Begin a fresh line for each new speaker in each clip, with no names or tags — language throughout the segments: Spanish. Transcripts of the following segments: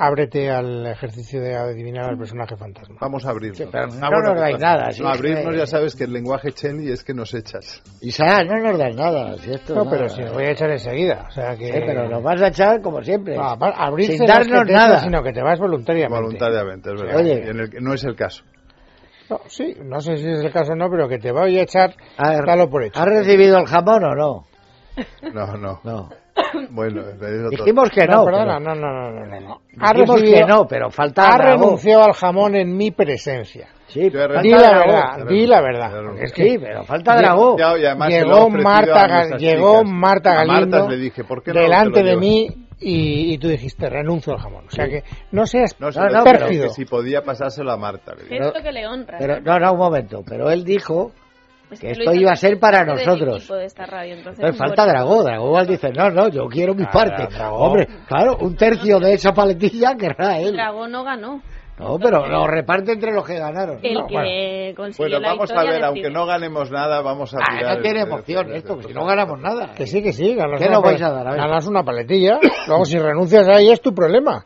ábrete al ejercicio de adivinar al personaje fantasma.
Vamos a abrirnos.
Sí, pero no nos dais nada. si
pues, no,
es que-
abrirnos ya sabes que el lenguaje Chenli es que nos echas.
Isaac, no nos das nada, ¿cierto?
No,
Nada.
pero si os voy a echar enseguida. O sea que...
Sí, pero nos vas a echar como siempre.
No, apar- abrirse
Sin
no es
darnos
que te eches,
nada.
Sino que te vas voluntariamente.
Voluntariamente, es verdad.
Oye.
Y en el que- no es el caso.
No, sí, no sé si es el caso o no, pero que te voy a echar,
A-
dalo por hecho.
¿Has recibido el jamón o no?
No, no.
No.
Bueno, es otro-
Dijimos que no.
perdona, no,
pero-
no, no, no, no, no. Ha
Dijimos que
recibido-
no, pero falta
Ha
Aragón.
renunciado al jamón en mi presencia.
Sí,
Yo he
falta
Di
Falta
la
Aragón.
verdad, di la verdad.
Aragón.
porque es que
Sí, pero falta Dragó.
Ya, y además se lo he
llegó
ofrecido
Marta,
a
Ga-
nuestras
llegó
chicas.
Marta
A Martas
Galindo
le dije, ¿por qué no
delante
te lo
de
llevas?
mí y, y tú dijiste, renuncio al jamón. O sea que no seas
No, se
No,
lo
no,
dije,
pero-
pérfido.
que si podía pasárselo a Marta. le dije.
Pero-
Es lo que le honra.
Pero, no, no, un momento. Pero él dijo
Es
que
lo
esto
hizo
iba a ser para
parte del
nosotros.
equipo de esta radio, entonces,
Pues falta
bueno.
Dragó. Dragó dice, no, no, yo quiero mi
Ah,
parte.
Dragó.
Hombre, claro, un tercio de esa paletilla querrá él.
Dragón no ganó.
No, pero lo reparte entre los que ganaron.
El
No,
que consiguió
Bueno,
la
vamos a
victoria
ver, aunque
decidió.
no ganemos nada, vamos a
Ah,
tirar
no tiene
el-
emoción esto, que si no ganamos nada. ¿eh?
Que sí, que sí, ganas,
¿Qué
una,
nos vais
pal-
a dar? A ver.
ganas una paletilla. Luego, si renuncias ahí, es tu problema.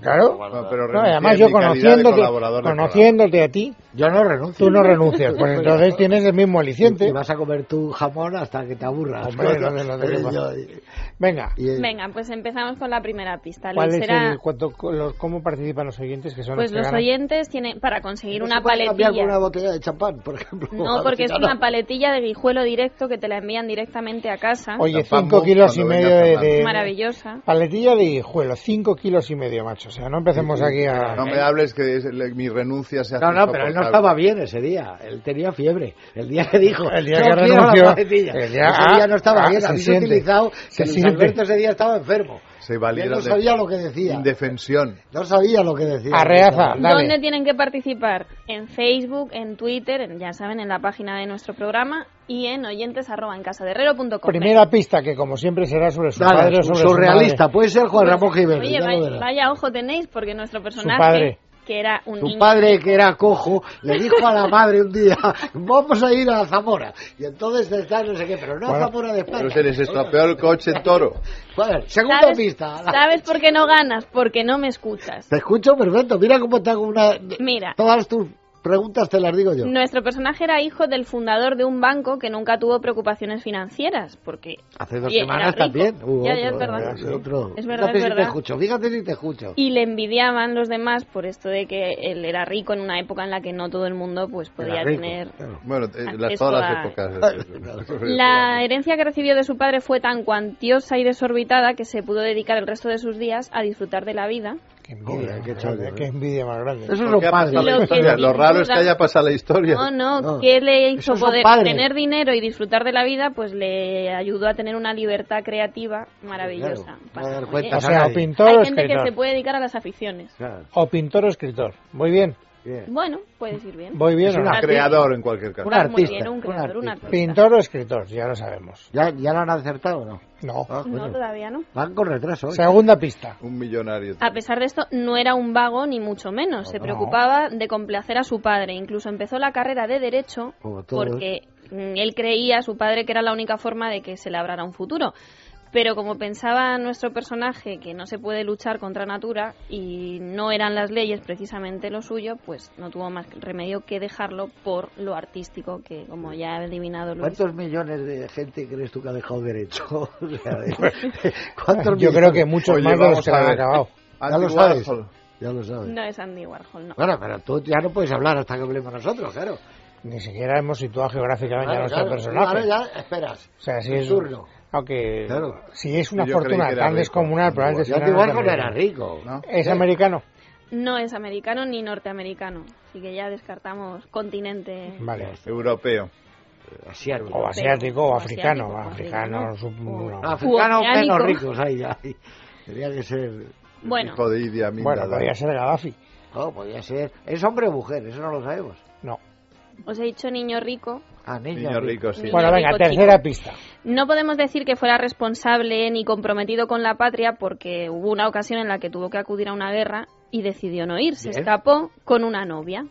Claro.
No, pero
No, y
renuncié
además,
en
yo
mi calidad de
conociéndote,
colaborador del
conociéndote a ti,
Yo no renuncio.
tú no renuncias. Pues entonces tienes el mismo
Y
aliciente.
vas a comer tu jamón hasta que te aburras.
Hombre, no, no, no, no, no.
Yo- y-
Venga.
y-
Venga, pues empezamos con la primera pista.
¿Cuál
Luis,
es
era-
el, cuánto- los- ¿Cómo participan los oyentes que son los
pues
que
los
ganan?
oyentes tienen para conseguir
¿No se
una
puede cambiar
paletilla.
con una botella de champán, por ejemplo.
No, porque es
No, no.
una paletilla de guijuelo directo que te la envían directamente a casa.
Oye,
Tapamos
5 kilos y
cuando
medio
venga
de,
Fernando.
de-
Maravillosa.
Paletilla de hijuelo, 5 kilos y medio, macho. O sea, no empecemos aquí a...
No me hables que es- le- mi renuncia se hace
No, no, pero él no
insoportable.
estaba bien ese día. Él tenía fiebre. El día que dijo.
El día
"No
que
quiero
renunció,
La paletilla".
el día-
ese día no estaba
ah,
bien.
se
Habéis
siente,
utilizado
se
que Luis
siente.
Alberto ese día estaba enfermo.
Se
Y
valiera
él no
de-
sabía lo que decía.
Indefensión.
No sabía lo que decía.
Arreaza, dale.
¿Dónde tienen que participar? En Facebook, en Twitter, en- ya saben, en la página de nuestro programa y en oyentes arroba en casaderrero.com.
Primera pista, que como siempre será sobre su
Dale,
padre o
un
sobre su
surrealista.
madre.
Puede ser Juan Ramón Jiménez.
Pues, Oye,
ya lo
vaya,
verás.
vaya ojo tenéis porque nuestro personaje,
padre.
que era un
Su
niño-
padre, que era cojo, le dijo a la madre un día, vamos a ir a Zamora. Y entonces está no sé qué, pero no a
Bueno,
Zamora de España.
Pero se les estropeó el coche toro.
Vale, segunda
¿Sabes,
pista.
¿Sabes por qué no ganas? Porque no me escuchas.
Te escucho perfecto. Mira cómo te hago una...
Mira.
Todas tus preguntas te las digo yo.
Nuestro personaje era hijo del fundador de un banco que nunca tuvo preocupaciones financieras, porque
Hace dos
y era
semanas
rico.
también. hubo
Ya, ya,
Uh, otro,
es verdad.
hubo otro.
Es verdad,
Fíjate
es
si te
verdad.
escucho, fíjate si te escucho.
y le envidiaban los demás por esto de que él era rico en una época en la que no todo el mundo pues podía
Era rico,
tener
claro.
Bueno, eh, las-
Acceso
todas
a-
las épocas.
La herencia que recibió de su padre fue tan cuantiosa y desorbitada que se pudo dedicar el resto de sus días a disfrutar de la vida.
Qué envidia,
Joder, qué
qué,
chollo,
qué
eh.
envidia más grande.
Esos
¿Por
son
qué ha pasado la
Lo que
padres.
historia?
sin
Lo raro es que
duda-
haya pasado la historia.
No, no,
No.
que le
Eso
hizo
es un
poder
padre.
tener dinero y disfrutar de la vida, pues le ayudó a tener una libertad creativa maravillosa.
Claro, no
Pasa,
dar
oye,
cuenta.
O sea, o
Nadie.
pintor o
hay gente que se
escritor.
puede dedicar a las aficiones.
Claro,
O pintor o escritor. Muy bien,
bien.
Bueno, puedes ir bien.
voy bien.
Es
o no?
una-
Creador, en cualquier caso.
Un
Muy bien,
artista,
un
un
creador, un
artista.
artista.
Pintor o escritor, ya lo sabemos.
¿Ya, ¿Ya lo han acertado o no?
No.
Ah,
No,
coño.
todavía no.
Van con retraso. ¿eh?
Segunda pista.
Un millonario.
A pesar de esto, no era un vago ni mucho menos. Se
No.
preocupaba de complacer a su padre. Incluso empezó la carrera de derecho
Como todos.
porque mm, él creía, su padre, que era la única forma de que se labrara un futuro. Pero como pensaba nuestro personaje que no se puede luchar contra natura y no eran las leyes precisamente lo suyo, pues no tuvo más remedio que dejarlo por lo artístico que, como ya ha adivinado Luis,
¿Cuántos millones de gente crees tú que ha dejado derecho? O sea, de- ¿Cuántos Pues
Yo creo que
millones?
muchos
Oye,
más de los
vamos
que
a
han
ver.
acabado.
Ya lo
Andy
sabes.
Warhol.
Ya lo sabes.
no es Andy Warhol, no.
Bueno, pero tú ya no puedes hablar hasta que hablemos nosotros, claro.
Ni siquiera hemos situado geográficamente a
Claro,
nuestro
claro.
personaje.
Ahora ya esperas.
O sea, si
tu
es,
turno.
aunque
Claro.
si es una
Yo creí
fortuna
que era
tan
rico.
descomunal, probablemente
Ya
será
te igual no
norteamericana.
era rico.
¿No?
Es americano.
No es americano ni norteamericano, así que ya descartamos continente.
Vale.
Europeo.
Asiático.
O asiático o
O
africano.
asiático, o
Africano,
africano.
sub- no.
No, africanos
oceánico.
Ah, menos ricos ahí ya. Tenía que ser.
Bueno,
Hijo de Idi Amin
Bueno,
Dada.
podría ser Gaddafi.
No, podía ser. ¿Es hombre o mujer? Eso no lo sabemos.
No.
os he dicho niño rico.
Ah, niño,
Niño
rico.
rico, sí.
Bueno,
Bueno, venga,
digo,
tercera
chico.
pista.
No podemos decir que fuera responsable ni comprometido con la patria porque hubo una ocasión en la que tuvo que acudir a una guerra y decidió no ir. Se
Bien.
escapó con una novia.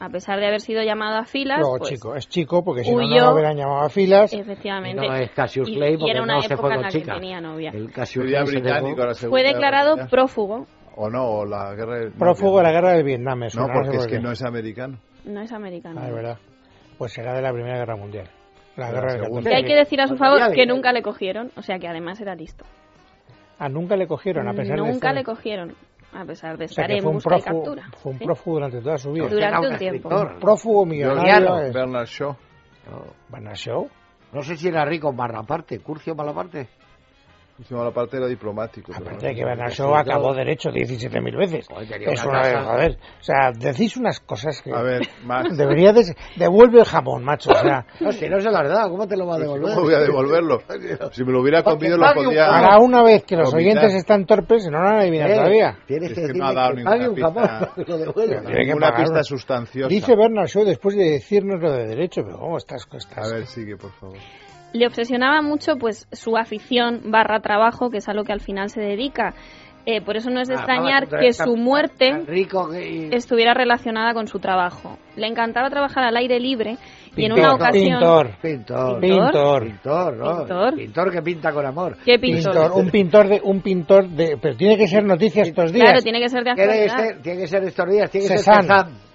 A pesar de haber sido llamado a filas,
Luego,
pues,
chico, es chico, porque si no, no
huyó. Eh,
lo hubieran llamado a filas.
efectivamente.
No es Cassius
Y-
Clay
y
porque
era una
no se
época
fue
en
con
la que
chica.
tenía novia.
El Cassius
Sería
Clay se
británico
dejó-
la
Fue
Segunda Guerra
declarado
Mundial.
prófugo
O no, o la guerra del... no,
Prófugo de la
Vietnam.
guerra de Vietnam, me suena,
No,
sé
porque
por
es que
qué.
no es americano.
No es americano.
Ah, es verdad. Pues será de la Primera Guerra Mundial. La
De la
guerra del
Segunda.
Que hay que decir a su
Pues ya
favor
vi.
que nunca le cogieron, o sea que además era listo.
Ah, nunca le cogieron, a pesar de
Nunca
estar-
le cogieron, a pesar de
O sea,
estar
que
en
fue un
busca y
prófugo,
captura.
fue un
Sí.
prófugo durante toda su vida.
Durante
Era
un tiempo.
escritor.
Prófugo
Yo-
millonario. eh. es-
Bernard Shaw.
No,
Van a show.
no sé si era rico en Malaparte, Curcio Malaparte.
Encima la parte era diplomático. pero
Aparte de que
no.
Bernard
Sí,
Shaw
yo-
acabó derecho 17.000 veces.
Joder, tenía
Es
una
una
casa.
joder. O sea, decís unas cosas que...
A ver, Max.
Debería de... Devuelve el jamón, macho. O sea,
No, si no se la verdad, ¿cómo te lo va a devolver?
Pues, ¿Cómo voy a devolverlo? Si me lo hubiera
Porque
comido, lo
pague un
podía...
para una vez que los
Vomitar.
oyentes están torpes, no lo han adivinado
Eh,
todavía.
Tienes
Es
que
que no
decirle
ha dado
que
ninguna
pague un
pista.
jamón, lo devuelve. Ah,
Tiene que
Ninguna
pagar
pista
una-
sustanciosa.
Dice Bernard Shaw después de decirnos lo de derecho, pero oh, ¿cómo estás?
A
estás
ver, sigue, por favor.
Le obsesionaba mucho pues su afición barra trabajo, que es a lo que al final se dedica. Eh, por eso no es de
Ah,
extrañar
vamos,
que
tan-
su
tan- tan
muerte
rico que-
estuviera relacionada con su trabajo. Le encantaba trabajar al aire libre y en
Pintor,
una ocasión...
Pintor,
Pintor.
pintor,
Pintor, ¿no?
Pintor.
Pintor que pinta con amor.
¿Qué pintor?
pintor, un pintor de... un pintor de Pero tiene que ser noticia estos días.
Claro, tiene que ser de
Tiene que
actualidad.
ser, tiene que ser estos días, tiene que
Cézanne.
ser Cézanne.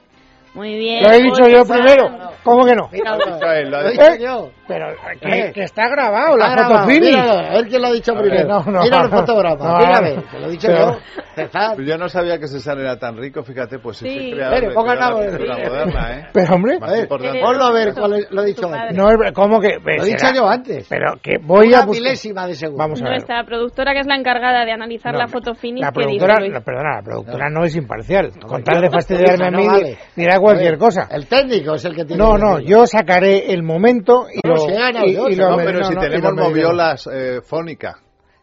Muy bien.
Lo he dicho
Jorge
yo
Sanz.
primero. ¿Cómo que no?
Míralo,
dicho él, lo ha
lo he
dicho
dicho
él.
yo.
Pero que,
Eh.
que está grabado, la
Está grabado,
foto finish.
míralo, a ver quién lo ha dicho
A ver,
primero.
no, no.
Mira el fotograma,
No,
mira a
no.
ver, te lo he dicho
Pero-
yo. Cézanne.
Pues Yo no sabía que César era tan rico, fíjate, pues es
Sí.
el creador
Pero
de
pongan
creador de
algo de-
la cultura moderna, ¿eh?
Pero hombre,
Más importante.
Ponlo a ver cuál es- lo he dicho
Su
antes.
padre.
no es ver- ¿cómo que
Lo he dicho
será?
yo antes.
Pero que voy a
Una
buscar
milésima de segundo.
Vamos a ver.
Nuestra productora, que es la encargada de analizar
No,
la foto finish,
la
que dijo
productora,
Luis.
la- perdona, la productora no, es imparcial. Con
hombre,
tal de
no,
fastidiarme a
no
mí,
vale.
dirá cualquier cosa.
El técnico es el que tiene
No,
que
no,
decirlo.
yo sacaré el momento y
No,
lo.
si he ganado
y-
yo,
y
si
lo
No,
me-
pero
no,
si
no, y lo
tenemos
me-
moviolas eh, fónica.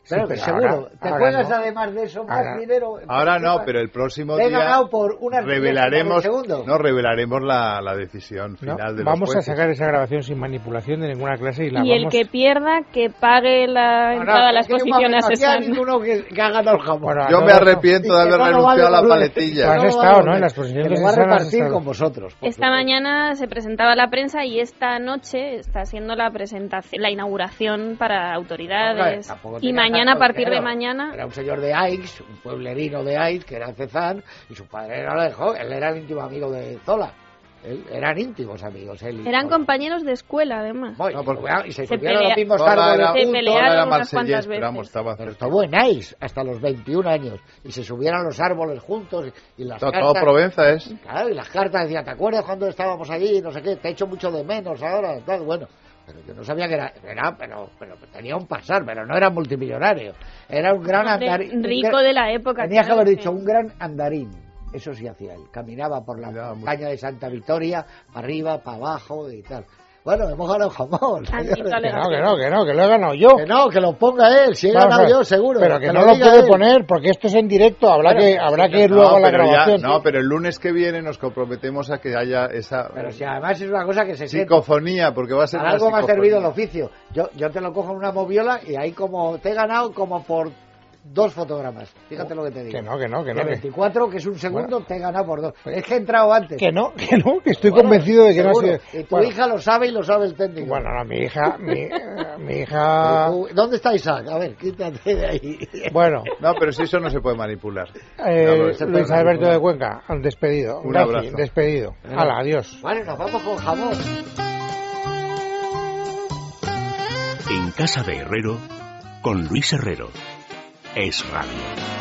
Claro
Sí,
que
pero
seguro.
ahora-
¿Te
ahora
acuerdas
no.
además de eso más
Ahora-
dinero?
Ahora no, pero el próximo
Te he
día
ganado por una
revelaremos,
milésima de segundo.
no, revelaremos la, la decisión
No,
final de los
vamos a
jueces.
sacar esa grabación sin manipulación de ninguna clase y la
Y el
vamos.
que pierda, que pague la
Ahora,
entrada a la
aquí hay un
exposición a
momento, aquí hay
César.
ninguno que, que ha ganado el jamón.
Bueno,
Yo
no,
me
no.
arrepiento de
Y que
haber
no lo
renunciado
vale
a la
por-
paletilla.
Has
no lo
estado,
vale
¿no?
por-
En las exposiciones
que
de
lo va a
Sara has
repartir
estado.
con vosotros. por
Esta
favor.
mañana se presentaba la prensa y esta noche está haciendo la presentación, la inauguración para autoridades.
Hombre, tampoco
y
tenía
mañana, a
tanto
partir de
dinero.
mañana,
Era un señor de Aix, un pueblerino de Aix, que era Cezán, y su padre era lo dejó. Él era el íntimo amigo de Zola. Él- eran íntimos amigos. Él y
eran
Zola.
compañeros de escuela, además.
Bueno,
No, porque-
y se,
Se
subieron a los
pelea-
Toda
mismos
era-
árboles.
Se
toda
pelearon
era
unas
marsellés,
cuantas
pero vamos,
veces.
estaba
Pero
cerca.
estuvo en Aix hasta los 21 años y se subieron a los árboles juntos y las
Todo, todo
cartas...
Provenza es.
Claro, y las cartas decían, ¿te acuerdas cuando estábamos allí? No sé qué, te echo mucho de menos ahora. y Tal. Bueno, pero yo no sabía que era, era- pero, pero tenía un pasar, pero no era multimillonario. Era un gran
Hombre,
andarín. un
rico
gran-
de la época.
Tenías que
claro,
haber
sí.
dicho, un gran andarín. Eso sí hacía él. Caminaba por la
Cuidado,
montaña de Santa Victoria, para arriba, para abajo y tal. Bueno, hemos ganado jamón.
Han dicho
Que no,
alegaciones.
que no, que no, que lo he ganado yo.
Que no, que lo ponga él, si he
Vamos a
ganado
ver,
yo, seguro.
Pero que, no
lo
lo
diga
puede
él.
poner porque esto es en directo. Habrá
Pero-
que, habrá que ir
No,
luego a la
pero ya-
grabación.
no, pero el lunes que viene nos comprometemos a que haya esa
Pero si además es una cosa que se siente.
psicofonía, porque va a ser
Para
una
algo me ha
psicofonía.
servido el oficio. Yo, yo te lo cojo en una moviola y ahí como te he ganado como por dos fotogramas. Fíjate lo que te digo.
Oh, Que no, que no, que no.
De
Que,
24, que es un segundo, te he ganado por dos. Es que he entrado antes.
que no, que no, que estoy
Bueno,
convencido de que no ha
seguro.
sido.
Y tu
Bueno,
hija lo sabe y lo sabe el técnico.
Bueno, no, mi hija, mi, eh, mi hija.
Y tú- ¿Dónde está Isaac? A ver, quítate de ahí.
Bueno,
No, pero si eso no se puede manipular.
eh,
No, no, se puede
Luis
manipular.
Alberto de Cuenca, al despedido.
Un
Gracias,
abrazo.
Despedido. Hala, adiós.
Vale, nos vamos con jamón.
En casa de Herrero, con Luis Herrero. Es Radio.